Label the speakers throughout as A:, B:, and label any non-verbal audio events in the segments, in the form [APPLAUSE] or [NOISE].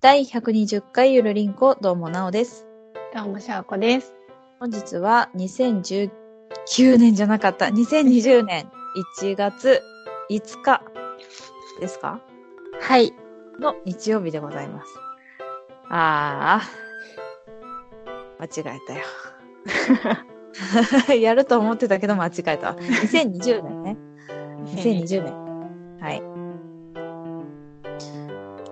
A: 第120回ゆるりんこ、どうもなおです。
B: どうも、しゃこです。
A: 本日は2019年じゃなかった、2020年1月5日ですか
B: はい。
A: の日曜日でございます。あー、間違えたよ。 [LAUGHS] やると思ってたけど間違えたわ。2020年ね。2020年。はい。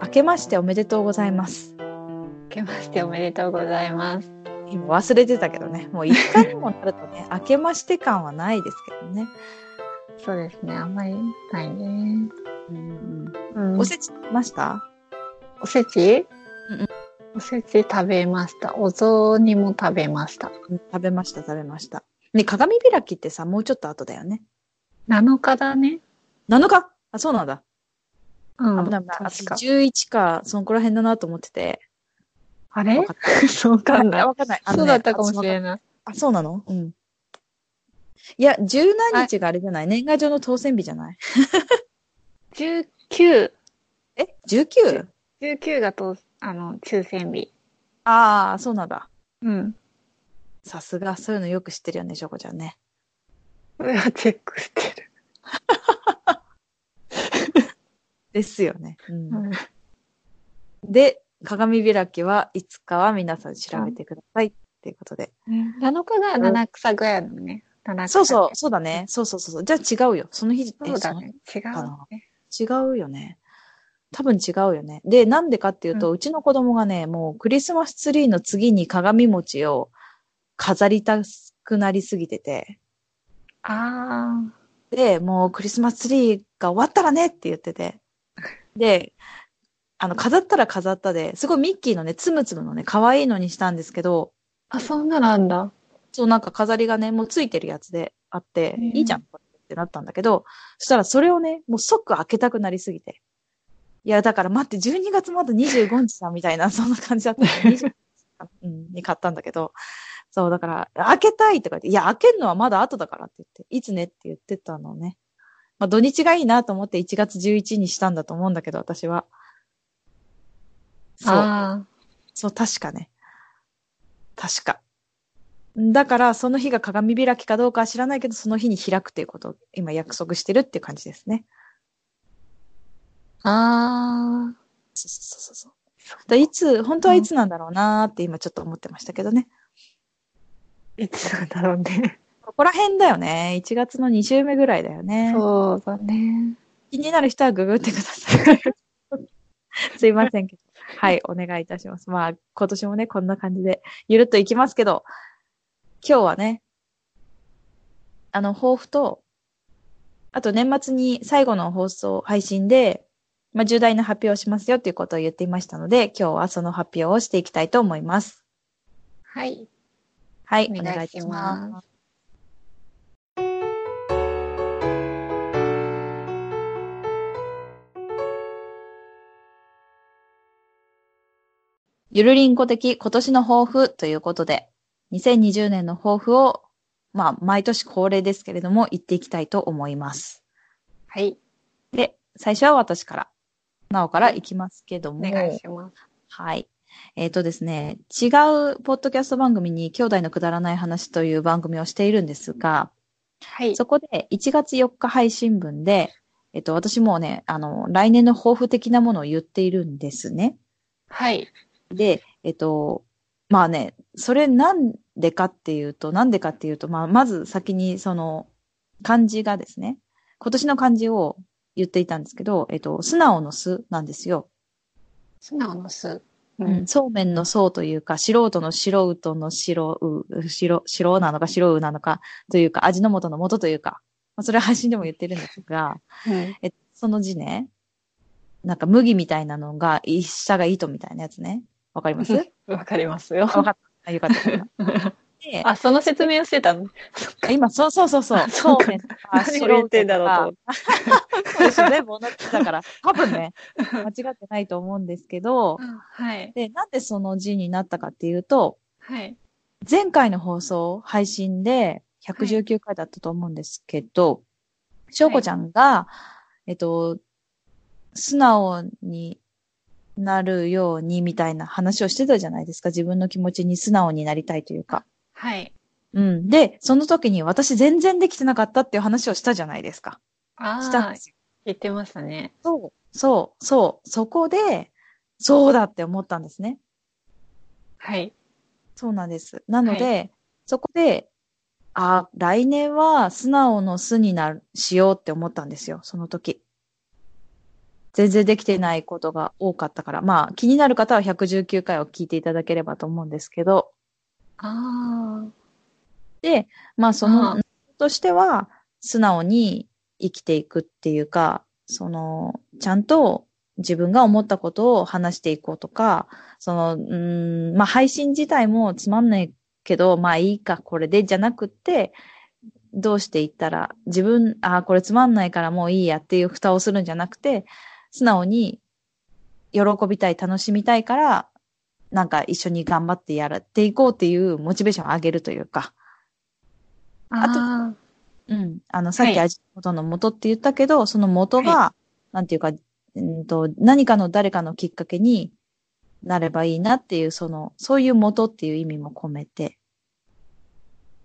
A: 明けましておめでとうございます。
B: 明けましておめでとうございます。
A: 今忘れてたけどね。もう1回にもなるとね、明けまして感はないですけどね。
B: そうですね、あんまりないね。うん
A: おせち食べました
B: おせち
A: うんうん
B: おせち食べました。お雑煮も食べました。
A: 食べました、食べました。ね、鏡開きってさ、もうちょっと後だよね。
B: 7日だね。
A: 7日あ、そうなんだ。
B: うん。
A: 危ない危ない。
B: 確か。
A: 11か、そのこら辺だなと思ってて。
B: あれ
A: わか
B: [LAUGHS] そうわかんない。
A: わかんない。あのね
B: そうだったかもしれない。
A: あ、そうなのうん。いや、十何日があれじゃない、年賀状の当選日じゃない
B: 19。
A: え ?19?
B: 19がと、あの、抽選日。
A: ああ、そうなんだ。
B: うん。
A: さすが、そういうのよく知ってるよね、しょこちゃんね。
B: それはチェックしてる。
A: ですよね。うん
B: うん
A: で、鏡開きはいつかは皆さん調べてください。っていうことで。
B: 7日が七草ぐらいなのね。七
A: そ
B: 草。
A: うそう、 [LAUGHS] そうだね。そうそうそうそう。じゃあ違うよ。その日、え
B: そうだね。違うね。
A: 違うよね。多分違うよね。で、なんでかっていうと、う
B: う
A: ちの子供がね、もうクリスマスツリーの次に鏡餅を飾りたくなりすぎてて、
B: ああ。
A: で、もうクリスマスツリーが終わったらねって言ってて、で、あの、飾ったら飾ったで、すごいミッキーのね、つむつむのね、可愛いのにしたんですけど、
B: あ、そんななんだ。
A: そうなんか飾りがね、もうついてるやつであって、
B: へえ
A: いいじゃんこれってなったんだけど、そしたらそれをね、もう即開けたくなりすぎて。いや、だから待って、12月まだ25日さ、みたいな、 [LAUGHS] そんな感じだった。25日
B: [LAUGHS]
A: かなうん、に買ったんだけど、そう、だから、開けたいとか言って、いや、開けるのはまだ後だからって言って、いつねって言ってたのね。まあ、土日がいいなと思って1月11にしたんだと思うんだけど、私は。そう。
B: あ
A: そう、確かね。確か。だから、その日が鏡開きかどうかは知らないけど、その日に開くということを今約束してるっていう感じですね。
B: あ。ああ。
A: そうそうそうそう。だからいつ、本当はいつなんだろうなーって今ちょっと思ってましたけどね。
B: いつなんだろうね。
A: ここら辺だよね。1月の2週目ぐらいだよね。
B: そうだね。
A: 気になる人はググってください。 [LAUGHS] すいませんけど。はい、お願いいたします。まあ、今年もね、こんな感じで、ゆるっといきますけど、今日はね、あの、抱負と、あと年末に最後の放送、配信で、まあ、重大な発表をしますよということを言っていましたので、今日はその発表をしていきたいと思います。
B: はい。
A: はい、お
B: お
A: 願
B: 願
A: い
B: い
A: し
B: し
A: ま。
B: ます
A: ゆるりんこ的今年の抱負ということで、2020年の抱負を、まあ、毎年恒例ですけれども、言っていきたいと思います。
B: はい。
A: で、最初は私から、なおからいきますけども、
B: お願いします。
A: はい。えっ、とですね、違うポッドキャスト番組に兄弟のくだらない話という番組をしているんですが、
B: はい。
A: そこで1月4日配信分で、えっ、と、私もうね、あの、来年の抱負的なものを言っているんですね。
B: はい。
A: で、えっ、と、まあね、それなんでかっていうと、なんでかっていうと、まあ、まず先にその、漢字がですね、今年の漢字を言っていたんですけど、えっ、と、素直の素なんですよ。
B: 素直の素。う
A: うん。そうめんのそうというか、素人の素人の白う、白、白なのか白うなのかというか、味の素の素というか、まあ、それは配信でも言ってるんですが、
B: うん。
A: えっと、その字ね、なんか麦みたいなのが、一下が糸みたいなやつね。わかります
B: わかりますよ。
A: わかった。よかったよかった。で、
B: [LAUGHS] あ、その説明をしてたの
A: 今、そうそうそうそう、
B: あそうか
A: めんとか
B: 何を言ってんだろうと思って。
A: そうでしょ全部同じだから、多分
B: [LAUGHS]
A: ね、間違ってないと思うんですけど、
B: うんはい。
A: で、なんでその字になったかっていうと、
B: はい。
A: 前回の放送、配信で119回だったと思うんですけど、翔、子、ちゃんが、えっと、素直になるようにみたいな話をしてたじゃないですか。自分の気持ちに素直になりたいというか。
B: はい。
A: うん。で、その時に私全然できてなかったっていう話をしたじゃないですか。
B: あ
A: したん
B: あ
A: で、すよ。
B: 言ってましたね。
A: そう。そう。そう。そこで、そうだって思ったんですね。
B: はい。
A: そうなんです。なので、そこで、あ、来年は素直の素になる、しようって思ったんですよ、その時。全然できてないことが多かったから。まあ、気になる方は119回を聞いていただければと思うんですけど。
B: あ
A: で、まあ、そ
B: あ
A: の、としては、素直に生きていくっていうか、その、ちゃんと自分が思ったことを話していこうとか、その、うーん、まあ、配信自体もつまんないけど、まあ、いいか、これで、じゃなくって、どうしていったら、自分、ああ、これつまんないからもういいやっていう蓋をするんじゃなくて、素直に、喜びたい、楽しみたいから、なんか一緒に頑張ってやっていこうっていうモチベーションを上げるというか、
B: あ。あ
A: うん。あの、さっ
B: はい
A: き味の素の元って言ったけど、その元が、なんていうか、うんと、何かの誰かのきっかけになればいいなっていう、その、そういう元っていう意味も込めて、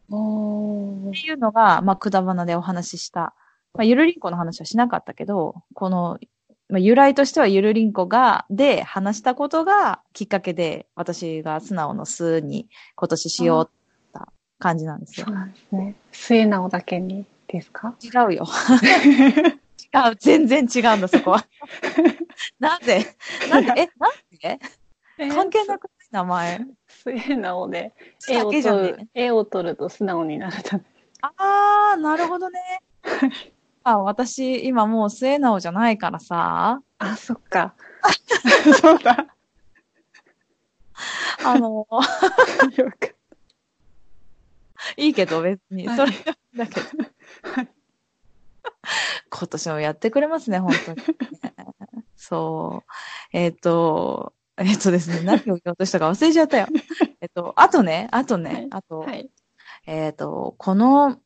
B: あ。お
A: っていうのが、まあ、くだばなでお話しした。まあ、ゆるりんこの話はしなかったけど、この、まあ、由来としてはゆるりんこが、で、話したことがきっかけで、私が素直の素に今年しようって感じなんですよ
B: そう。なんですね。末直だけにですか
A: 違うよ。違う、全然違うんだ、そこは。 [LAUGHS] なんでなんでえ、なんで関係な
B: く
A: くない名前。
B: 末直で
A: 字
B: 絵
A: だ
B: を
A: け
B: 取
A: じゃね
B: る絵を取ると素直になるため
A: あー、なるほど [LAUGHS] ね。あ、私、今もう末直じゃないからさ、
B: あそっか [LAUGHS] そうだ
A: あ [LAUGHS] の、
B: よく
A: いいけど別に、
B: はい
A: それだけど。今年もやってくれますね、本当に。 [LAUGHS] そう。えっ、と、えっ、とですね、何を言おうとしたか忘れちゃったよ。えっと、あとね、あとね、あと、
B: はい
A: えっ、と、この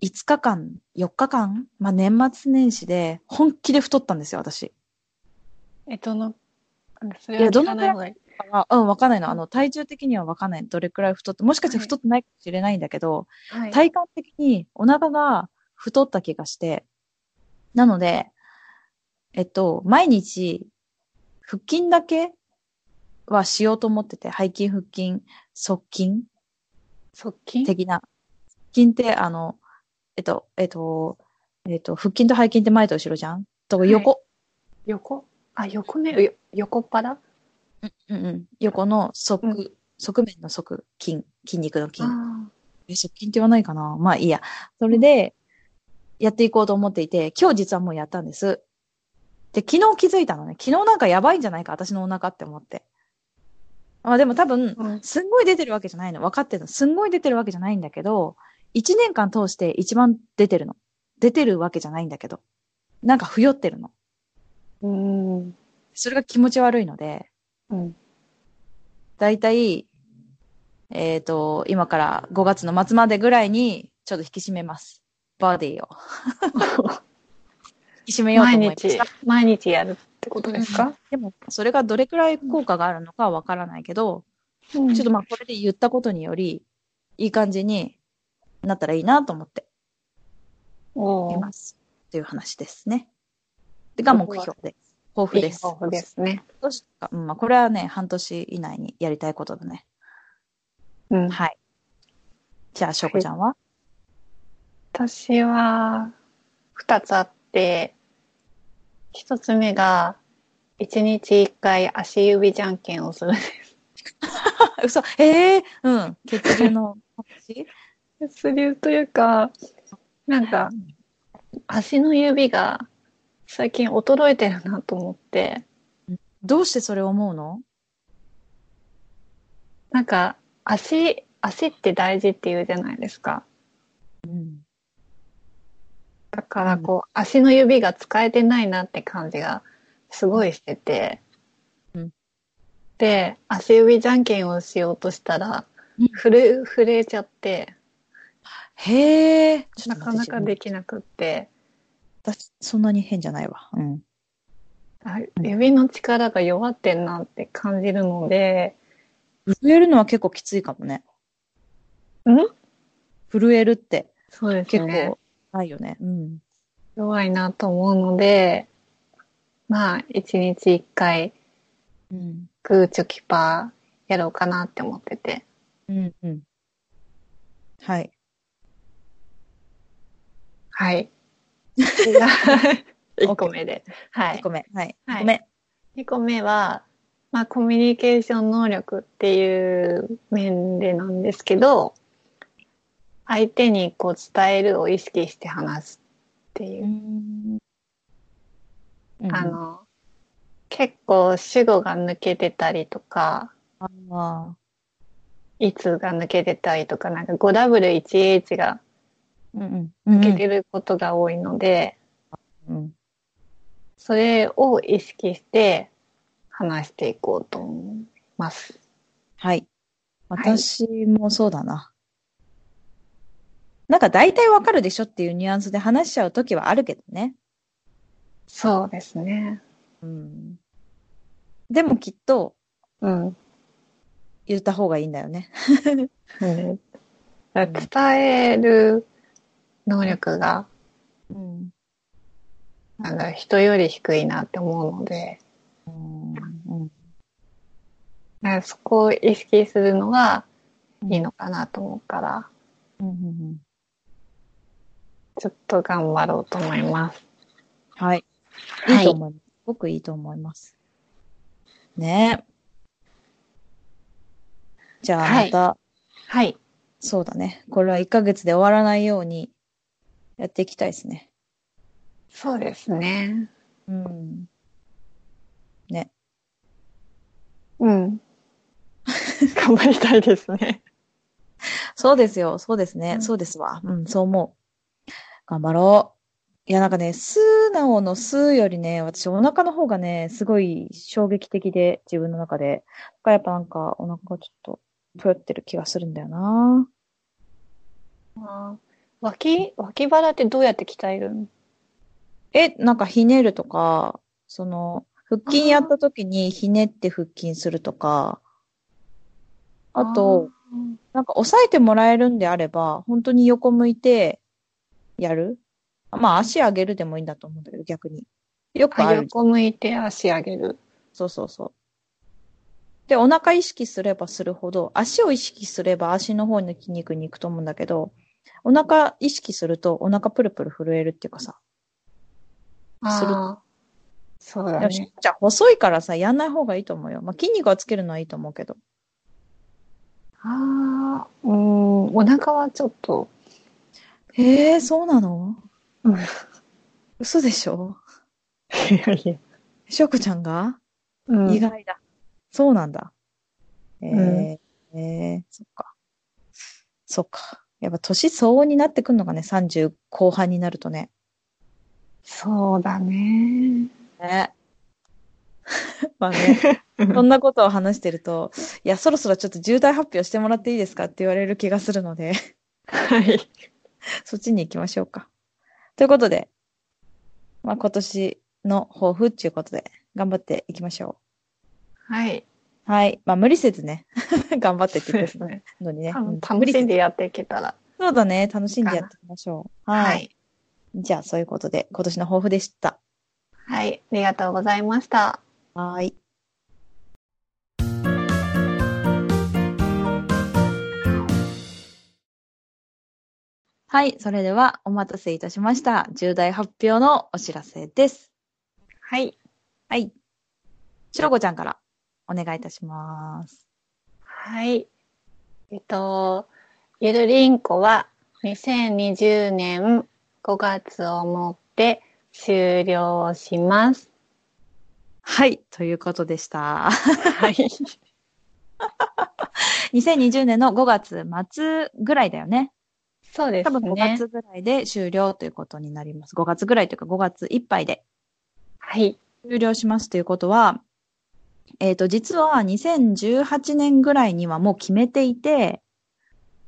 A: 5日間、4日間、まあ、年末年始で本気で太ったんですよ、私。
B: えどのそ
A: い
B: れは
A: やど
B: 聞
A: のく
B: か
A: らい
B: ない方がいい
A: だからうん、わかんないの。あの、体重的にはわかんない。どれくらい太って、もしかしたら
B: はい
A: 太ってないかもしれないんだけど、
B: はい
A: 体感的にお腹が太った気がして、なので、えっと、毎日、腹筋だけはしようと思ってて、背筋、腹筋、側筋
B: 側近
A: 的な。腹筋って、あの、えっと、えっと、えっと、腹筋と背筋って前と後ろじゃんと
B: はい
A: 横、
B: 横あ横ねよ横っ腹
A: うんうん。横の側、
B: うん
A: 側面の側筋、筋肉の筋。
B: あ
A: え、側筋って言わないかなまあいいや。それで、やっていこうと思っていて、今日実はもうやったんです。で、昨日気づいたのね。昨日なんかやばいんじゃないか、私のお腹って思って。まあでも多分、
B: ーうん
A: すんごい出てるわけじゃないの。分かってるの。すんごい出てるわけじゃないんだけど、一年間通して一番出てるの。出てるわけじゃないんだけど。なんか不酔ってるの。
B: うん
A: それが気持ち悪いので、
B: うん
A: だいたい、えっ、と、今から5月の末までぐらいに、ちょっと引き締めます。バディを。 [LAUGHS] 引き締めようと
B: 毎
A: 思いま
B: 日
A: した。
B: 毎日やるってことですか
A: でも、それがどれくらい効果があるのかはわからないけど、
B: ち
A: ちょっとまあこれで言ったことにより、いい感じになったらいいなと思って
B: お
A: い
B: ー
A: ます。という話ですね。でが目標です。抱負
B: いい
A: です。
B: 抱負ですね
A: 今年とかうん、まあこれはね、半年以内にやりたいことだね。
B: うん
A: はい。じゃあ、翔子ちゃんは
B: 私は2つあって1つ目が1日1回足指じゃんけんを [LAUGHS] する
A: あ [LAUGHS] 嘘ええうん。血流の
B: [LAUGHS]
A: 話
B: するというかなんか足の指が最近衰えてるなと思って
A: どうしてそれを思うの
B: なんか足足って大事って言うじゃないですか
A: うん。
B: だからこう足の指が使えてないなって感じがすごいしてて、
A: うん
B: で足指じゃんけんをしようとしたら
A: うん
B: 震え震えちゃって
A: へえ。ちょ
B: な
A: っと
B: か
A: 待っ
B: な
A: て
B: かできなくって
A: 私、そんなに変じゃないわ。うん。
B: あ指の力が弱ってんなって感じるので、
A: 震えるのは結構きついかもね。
B: ん
A: 震えるって
B: そうです
A: 結
B: ね。
A: 構ないよね。うん。
B: 弱いなと思うので、まあ、一日一回、
A: うん。
B: グーチョキパーやろうかなって思ってて。
A: うん。うん。はい。 [LAUGHS]
B: はい。1個目で。は
A: 1
B: い。
A: 個目。はい。1
B: はい
A: 個目。
B: 2個目は、まあ、コミュニケーション能力っていう面でなんですけど、相手にこう伝えるを意識して話すっていう
A: ー
B: う。
A: ん。うん
B: あ、の、結構主語が抜けてたりとか、
A: ああ。
B: いつが抜けてたりとか、なんか 5W1H が
A: うんうん。
B: 抜けてることが多いので、
A: うん。
B: それを意識して話していこうと思います。
A: はい。
B: はい
A: 私もそうだな。なんか大体わかるでしょっていうニュアンスで話しちゃうときはあるけどね。
B: そうですね。
A: うん。でもきっと
B: うん。
A: 言った方がいいんだよね。
B: うんだから伝える能力が
A: うん。
B: なんか人より低いなって思うので、
A: うん。
B: だからそこを意識するのがいいのかなと思うから、
A: うんうん。
B: ちょっと頑張ろうと思います。
A: はい。い
B: は
A: い
B: い
A: と思います。すごくいいと思います。ねえ。じゃあまた、
B: はい。
A: そうだね。これは1ヶ月で終わらないようにやっていきたいですね。
B: そうですね。
A: うん。ね。
B: うん。 [LAUGHS] 頑張りたいですね。
A: そうですよ。そうですね。
B: うん
A: そうですわ。うん、そう思う。頑張ろう。いや、なんかね、素直の素よりね、私お腹の方がね、すごい衝撃的で、自分の中で。だからやっぱなんか、お腹がちょっと、ぷよってる気がするんだよな。
B: あー脇、脇腹ってどうやって鍛えるの
A: え、なんかひねるとか、その、腹筋やった時にひねって腹筋するとか、あと、、なんか抑えてもらえるんであれば、本当に横向いてやるまあ足上げるでもいいんだと思うんだけど、逆に。よく
B: あ
A: あ
B: ー
A: る。
B: 横向いて足上げる。
A: そうそうそう。で、お腹意識すればするほど、足を意識すれば足の方の筋肉に行くと思うんだけど、お腹意識するとお腹プルプル震えるっていうかさ。する
B: ああ。そうだ
A: でもし
B: ね
A: ん。ちゃん細いからさ、やんない方がいいと思うよ。まあ筋肉はつけるのはいいと思うけど。
B: ああ、うーん、お腹はちょっと、
A: へえ、そうなの
B: うん
A: 嘘でしょ
B: いやいや、
A: しょこちゃんが
B: うん、
A: 意外だ。そうなんだ。えー
B: ん
A: えーそっか。そっか。やっぱ年相応になってくんのがね、30後半になるとね。
B: そうだね。
A: ね。 [LAUGHS] まあね、そんなことを話してると、いや、そろそろちょっと重大発表してもらっていいですかって言われる気がするので、 [LAUGHS]
B: はい。
A: そっちに行きましょうか。ということで、まあ今年の抱負っていうことで、頑張っていきましょ
B: はい。
A: う。はい。まあ無理せずね、 [LAUGHS] 頑張ってって
B: そう
A: 言
B: で
A: って
B: すね。
A: るのにね。
B: 多分
A: うん無
B: 楽
A: 理せ
B: し
A: ず
B: んでやっていけたら。
A: そうだね。楽しんでやっていきましょう。はい。
B: はい。
A: じゃあ、そういうことで、今年の抱負でした。
B: はい。ありがとうございました。
A: はーい。はい。それでは、お待たせいたしました。重大発表のお知らせです。
B: はい。
A: はい。しろこちゃんからお願いいたします。
B: はい。えっと、ゆるりんこは2020年5月をもって終了し [LAUGHS] ます。
A: はい。ということでした。 [LAUGHS]
B: はい。
A: 2020年の5月末ぐらいだよね。
B: そうで
A: 多
B: す
A: 分5
B: ね。
A: 月ぐらいで終了ということになります。5月ぐらいというか5月いっぱいで
B: はい。
A: 終了しますということは、えっ、と、実は2018年ぐらいにはもう決めていて、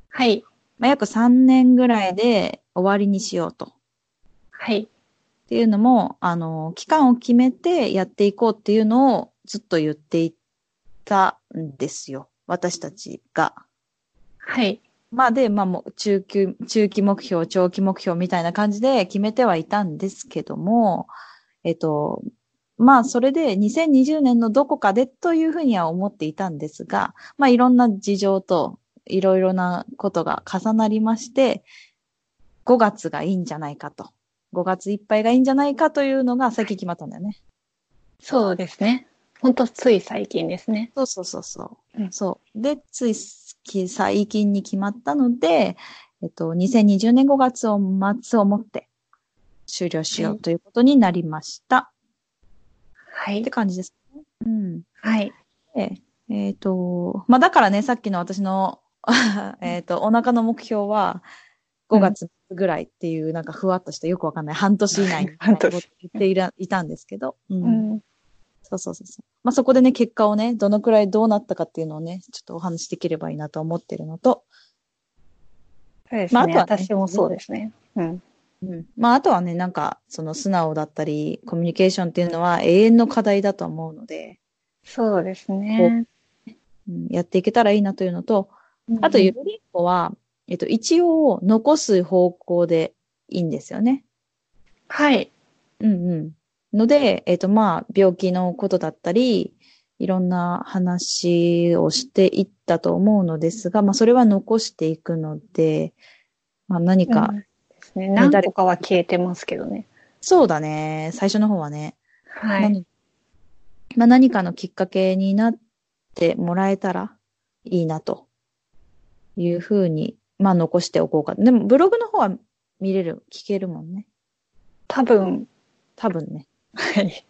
B: はい。
A: まあ、約3年ぐらいで終わりにしようと
B: はい。
A: っていうのも、あの、期間を決めてやっていこうっていうのをずっと言っていたんですよ。私たちが。
B: はい。
A: まあで、まあもう中期、中期目標、長期目標みたいな感じで決めてはいたんですけども、えっと、まあそれで2020年のどこかでというふうには思っていたんですが、まあいろんな事情といろいろなことが重なりまして、5月がいいんじゃないかと。5月いっぱいがいいんじゃないかというのが最近決まったんだよね。
B: そうですね。ほんとつい最近ですね。
A: そうそうそうそう。
B: うん
A: そう。で、ついき最近に決まったので、えっと、2020年5月を末をもって終了しよ
B: は
A: う
B: い
A: ということになりました。
B: は
A: っ
B: い
A: て。感じですね。うん。
B: はい。
A: で、えっと、まあ、だからね、さっきの私の、 [LAUGHS] えっと、お腹の目標は、5月ぐらいっていう、なんかふわっとしたよくわかんない、半年以内に
B: 半年
A: 言っていらいたんですけど、う
B: うんん。
A: そうそうそうそう。まあ、そこでね、結果をね、どのくらいどうなったかっていうのをね、ちょっとお話しできればいいなと思ってるのと、
B: そうですね。
A: まああとはね
B: 私もそうですね。うん。
A: うん。まあ、あとはね、なんか、その素直だったり、コミュニケーションっていうのは永遠の課題だと思うので、
B: そうですね。
A: うん、やっていけたらいいなというのと、あと、ゆるりっこは、えっと、一応、残す方向でいいんですよね。
B: はい。
A: うんうん。ので、えっ、と、まあ、病気のことだったり、いろんな話をしていったと思うのですが、まあ、それは残していくので、まあ、何か、
B: うんですね。何個かは消えてますけどね。
A: そうだね、最初の方はね、
B: は
A: 何
B: い。
A: まあ、何かのきっかけになってもらえたらいいなというふうに、まあ、残しておこうか。でも、ブログの方は見れる、聞けるもんね。
B: 多分、
A: 多分ね。
B: はい。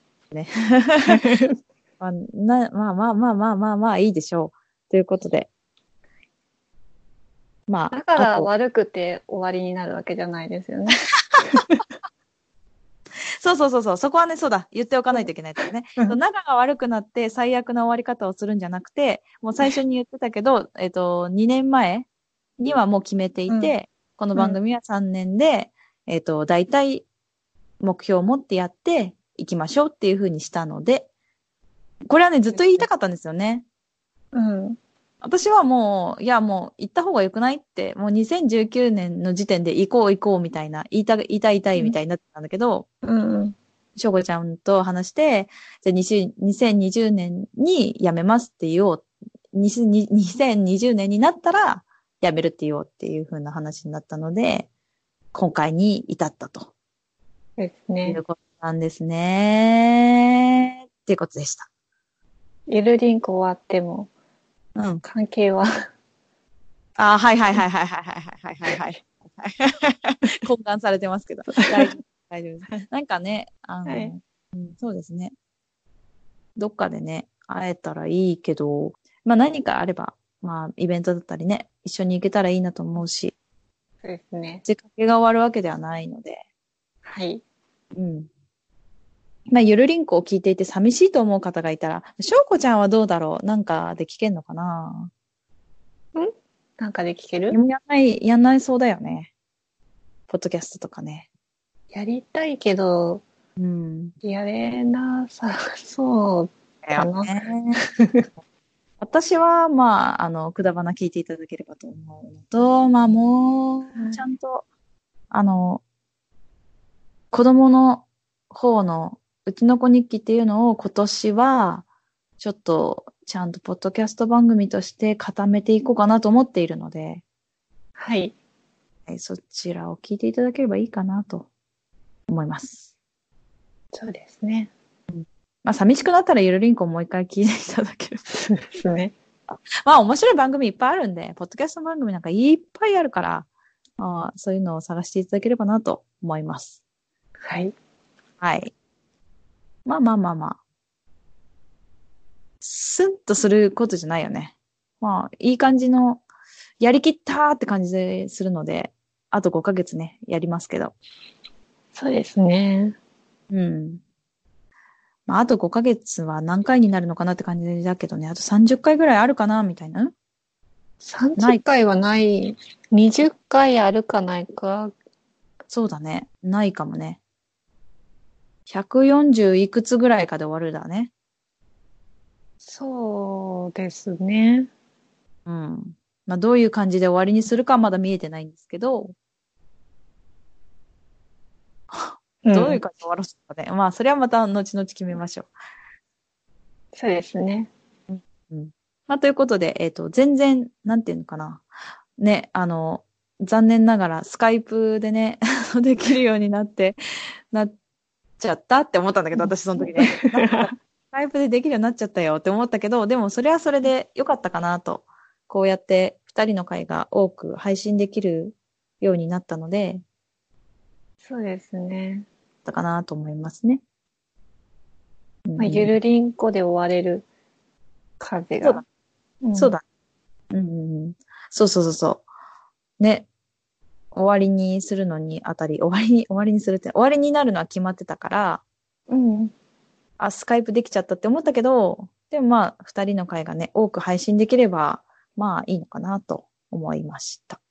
A: まあ、なまあまあまあまあまあまあいいでしょう。ということで。まあ、
B: だか
A: あ
B: ら
A: と
B: 悪くて終わりになるわけじゃないですよね。
A: そうそうそうそう、そこはね、そうだ、言っておかないといけないですね。
B: うん
A: そう仲が悪くなって最悪な終わり方をするんじゃなくて、もう最初に言ってたけど、えっと、2年前にはもう決めていて、
B: うん
A: この番組は3年で、えっと、大体目標を持ってやっていきましょうっていうふうにしたので、これはね、ずっと言いたかったんですよね。
B: [LAUGHS] うん。
A: 私はもう、いやもう行った方が良くないって、もう2019年の時点で行こう行こうみたいな、言いた、言いたい言いたいみたいになってたんだけど、
B: うん。
A: 翔子ちゃんと話して、じゃあ20 2020年に辞めますって言おう。2020 2020年になったら辞めるって言おうっていう風な話になったので、今回に至ったと
B: です
A: い
B: ね
A: う。ことなんですね。っていうことでした。
B: ゆるりんこ終わっても、
A: うん。
B: 関係は、
A: あーはいはいはいはいはいはいはいはい [LAUGHS] はい。懇願されてますけど。大丈夫大丈夫です。なんかね、あの、
B: はい
A: うん、そうですね。どっかでね、会えたらいいけど、まあ何かあれば、まあイベントだったりね、一緒に行けたらいいなと思うし、
B: そうですね。
A: 時間が終わるわけではないので、
B: はい。
A: うん。まあ、ゆるりんこを聞いていて寂しいと思う方がいたら、しょうこちゃんはどうだろうなんかで聞けんのかな
B: なんかで聞け
A: で
B: る
A: もやんない、やんないそうだよね。ポッドキャストとかね。
B: やりたいけど、
A: うん。
B: やれなさそう。かな
A: だよね [LAUGHS] 私は、まあ、あの、くだばな聞いていただければと思うのと、まあ、も
B: は
A: う、
B: い
A: ちゃんと、あの、子供の方の、うちの子日記っていうのを今年は、ちょっと、ちゃんとポッドキャスト番組として固めていこうかなと思っているので、
B: はい。
A: はいそちらを聞いていただければいいかなと思います。
B: そうですね。
A: まあ、寂しくなったらゆるりんこをもう一回聞いていただければ
B: そうですね。
A: まあ面白い番組いっぱいあるんで、ポッドキャスト番組なんかいっぱいあるから、まあ、そういうのを探していただければなと思います。
B: はい。
A: はい。まあまあまあまあ。スンとすることじゃないよね。まあ、いい感じの、やりきったーって感じでするので、あと5ヶ月ね、やりますけど。
B: そうですね。
A: うん。まあ、あと5ヶ月は何回になるのかなって感じだけどね、あと30回ぐらいあるかな、みたいな。ん
B: 30回はない。20回あるかないか
A: そうだね。ないかもね。 140いくつぐらいかで終わるだね。
B: そうですね。
A: うん。まあ、どういう感じで終わりにするかはまだ見えてないんですけど、どういう
B: か。
A: 感じで終わらすかね。まあ、それはまた後々決めましょう。
B: そうですね。
A: まあ、ということで、えっ、と、全然、なんていうのかな。ね、あの、残念ながら、スカイプでね、 [LAUGHS] あのできるようになって、なっちゃったって思ったんだけど、私その時ね。 [LAUGHS] なんかスカイプでできるようになっちゃったよって思ったけど、でもそれはそれで良かったかなと。こうやって二人の会が多く配信できるようになったので、良か
B: そうですね。
A: ったかなと思いますね。
B: まあ、ゆるりんこで追われる風
A: そうだ
B: が。うん
A: そう。だ。うんうんうん。そうそうそうそう。ね。終わりにするのにあたり、終わりに、終わりにするって、終わりになるのは決まってたから、
B: うん。
A: あ、スカイプできちゃったって思ったけど、でもまあ、二人の会がね、多く配信できれば、まあいいのかなと思いました。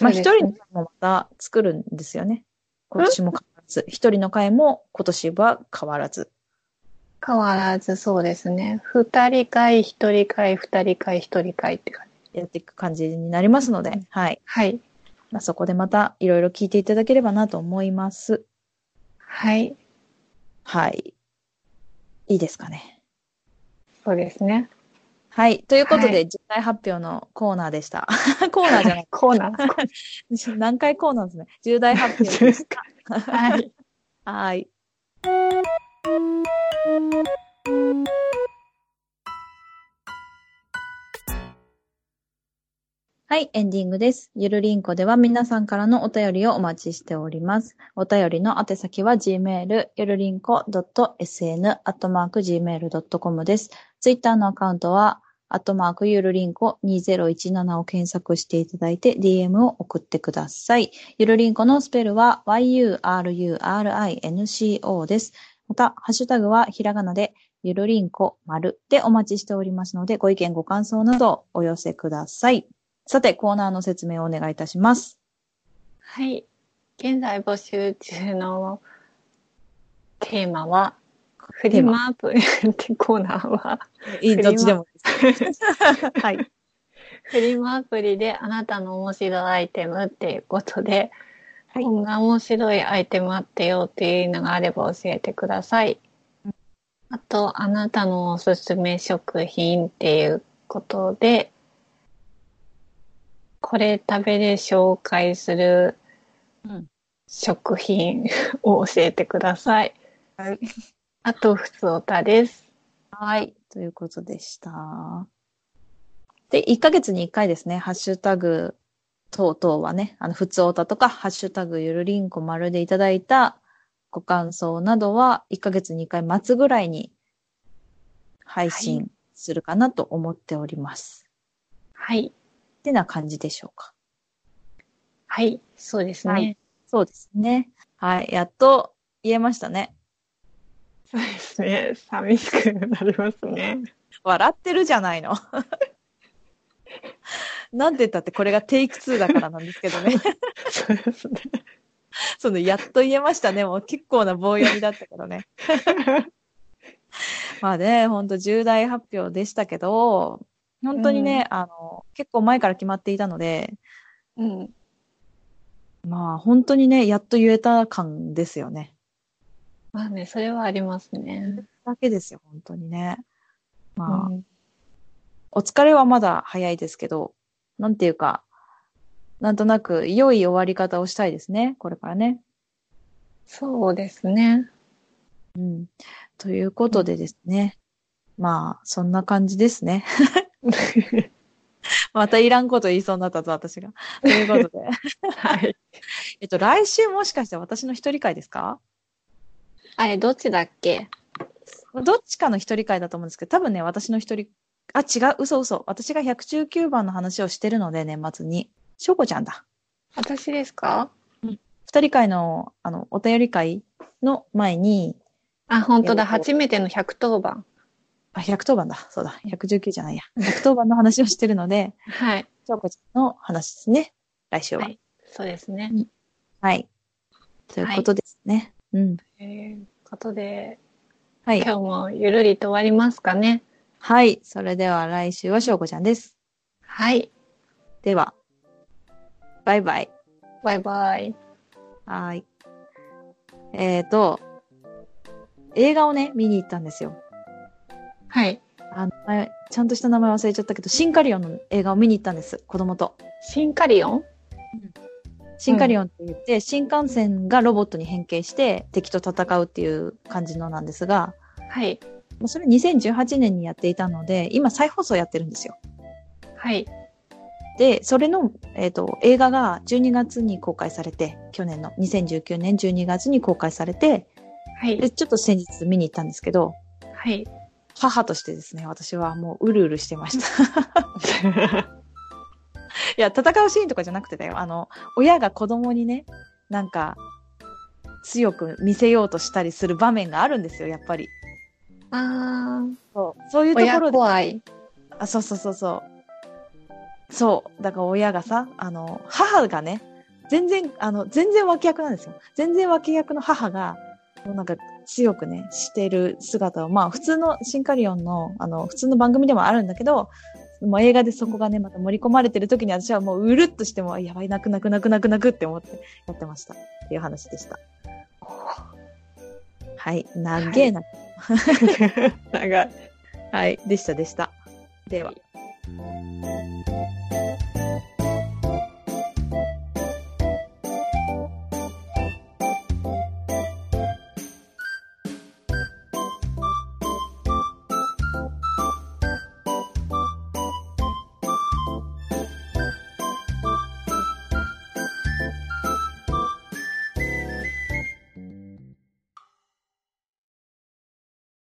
A: まあ一人の会もまた作るんですよね。今年も変わらず。一人の会も今年は変わらず。
B: 変わらずそうですね。二人会、一人会、二人会、一人会って感じ。
A: やっていく感じになりますので、
B: うん
A: はい。
B: はい。
A: まあ、そこでまたいろいろ聞いていただければなと思います。
B: はい。
A: はい。いいですかね。
B: そうですね。
A: はい。ということで、
B: は
A: 実態発表のコーナーでした。 [LAUGHS] コーナーじゃない。
B: コーナー。
A: 何回コーナーですね。重大発表
B: [LAUGHS]
A: でした。
B: はい。
A: はい。はい、エンディングです。ゆるりんこでは皆さんからのお便りをお待ちしております。お便りの宛先は gmail、ゆるりんこ .sn、アットマーク gmail.com です。ツイッターのアカウントは、アットマークゆるりんこ2017を検索していただいて DM を送ってください。ゆるりんこのスペルは yurinco です。また、ハッシュタグはひらがなで、ゆるりんこ丸でお待ちしておりますので、ご意見、ご感想などお寄せください。さて、コーナーの説明をお願いいたします。
B: はい。現在募集中のテーマは、フリマアプリってコーナーは、
A: いい、
B: フリマ
A: どっちでもいいです。はい。
B: フリマアプリであなたの面白いアイテムっていうことで、
A: はい
B: こんな面白いアイテムあってよっていうのがあれば教えてください。あと、あなたのおすすめ食品っていうことで、これ食べで紹介する
A: うん
B: 食品 [LAUGHS] を教えてください。
A: はい。
B: あと、ふつおたです。
A: はい。ということでした。で、1ヶ月に1回ですね、ハッシュタグ等々はね、あの、普通おたとか、ハッシュタグゆるりんこ丸でいただいたご感想などは、1ヶ月に1回待つぐらいに配
B: は
A: 信するかなと思っております。
B: はい。
A: ってな感じでしょうか。
B: はい。そうですね。
A: はいそうですね。はい。やっと言えましたね。
B: そうですね。寂しくなりますね。
A: 笑ってるじゃないの。 [LAUGHS] なんて言ったってこれがテイク2だからなんですけどね。
B: [LAUGHS] そうですね。
A: その、やっと言えましたね。もう結構な棒読みだったけど
B: [LAUGHS]
A: ね。まあね、ほんと重大発表でしたけど、本当にね、あの、結構前から決まっていたので、
B: うん。
A: まあ本当にね、やっと言えた感ですよね。
B: まあね、それはありますね。
A: だけですよ、本当にね。
B: う
A: まあ、
B: ん、
A: お疲れはまだ早いですけど、なんていうか、なんとなく良い終わり方をしたいですね、これからね。
B: そうですね。
A: うん。ということでですね。まあ、そんな感じですね。またいらんこと言いそうになったぞ、私 [LAUGHS] が。ということで。
B: はい。
A: えっと、来週もしかして私の一人会ですか
B: あれ、どっちだっけ
A: どっちかの一人会だと思うんですけど、多分ね、私の一人、あ、違う、嘘嘘。私が119番の話をしてるので、年末に。しょうこちゃんだ。
B: 私ですか
A: 二人会の、あの、お便り会の前に、
B: あ、本当だ。
A: いや
B: 初めての110番。
A: あ、110番だ。そうだ。119じゃないや。110番の話をしてるの [LAUGHS] で、
B: はい。
A: しょうこちゃんの話ですね。来週は。
B: はいそうですね。
A: はい。ということですね。うん。
B: ということで、
A: はい
B: 今。日もゆるりと終わりますかね。
A: はい。それでは来週はしょうこちゃんです。
B: はい。
A: では、バイバイ。
B: バイバイ。
A: はーい。えっ、ー、と、映画をね、見に行ったんですよ。
B: はい。
A: あの、前ちゃんとした名前忘れちゃったけど、シンカリオンの映画を見に行ったんです、子供と。
B: シンカリオン
A: シンカリオンって言って、新幹線がロボットに変形して敵と戦うっていう感じのなんですが、
B: はい。
A: まあそれ2018年にやっていたので、今再放送やってるんですよ。
B: はい。
A: で、それの、えっと映画が12月に公開されて、去年の2019年12月に公開されて、
B: はい。
A: で、ちょっと先日見に行ったんですけど、
B: はい。
A: 母としてですね、私はもううるうるしてました。 [LAUGHS] いや、戦うシーンとかじゃなくてだよ。あの、親が子供にね、なんか、強く見せようとしたりする場面があるんですよ、やっぱり。
B: あー、
A: そうそういうとこ
B: 親
A: ろで。
B: 子愛。
A: あ、そうそうそうそう。そう。だから親がさ、あの、母がね、全然、あの、全然脇役なんですよ。全然脇役の母が、もうなんか強くね、してる姿を、まあ普通のシンカリオンの、あの、普通の番組でもあるんだけど、もう映画でそこがね、また盛り込まれてる時に私はもううるっとしても、やばい、泣く泣く泣く泣く泣くって思ってやってました。っていう話でした。はい。長えな。
B: 長い。
A: はい。でしたでした。では。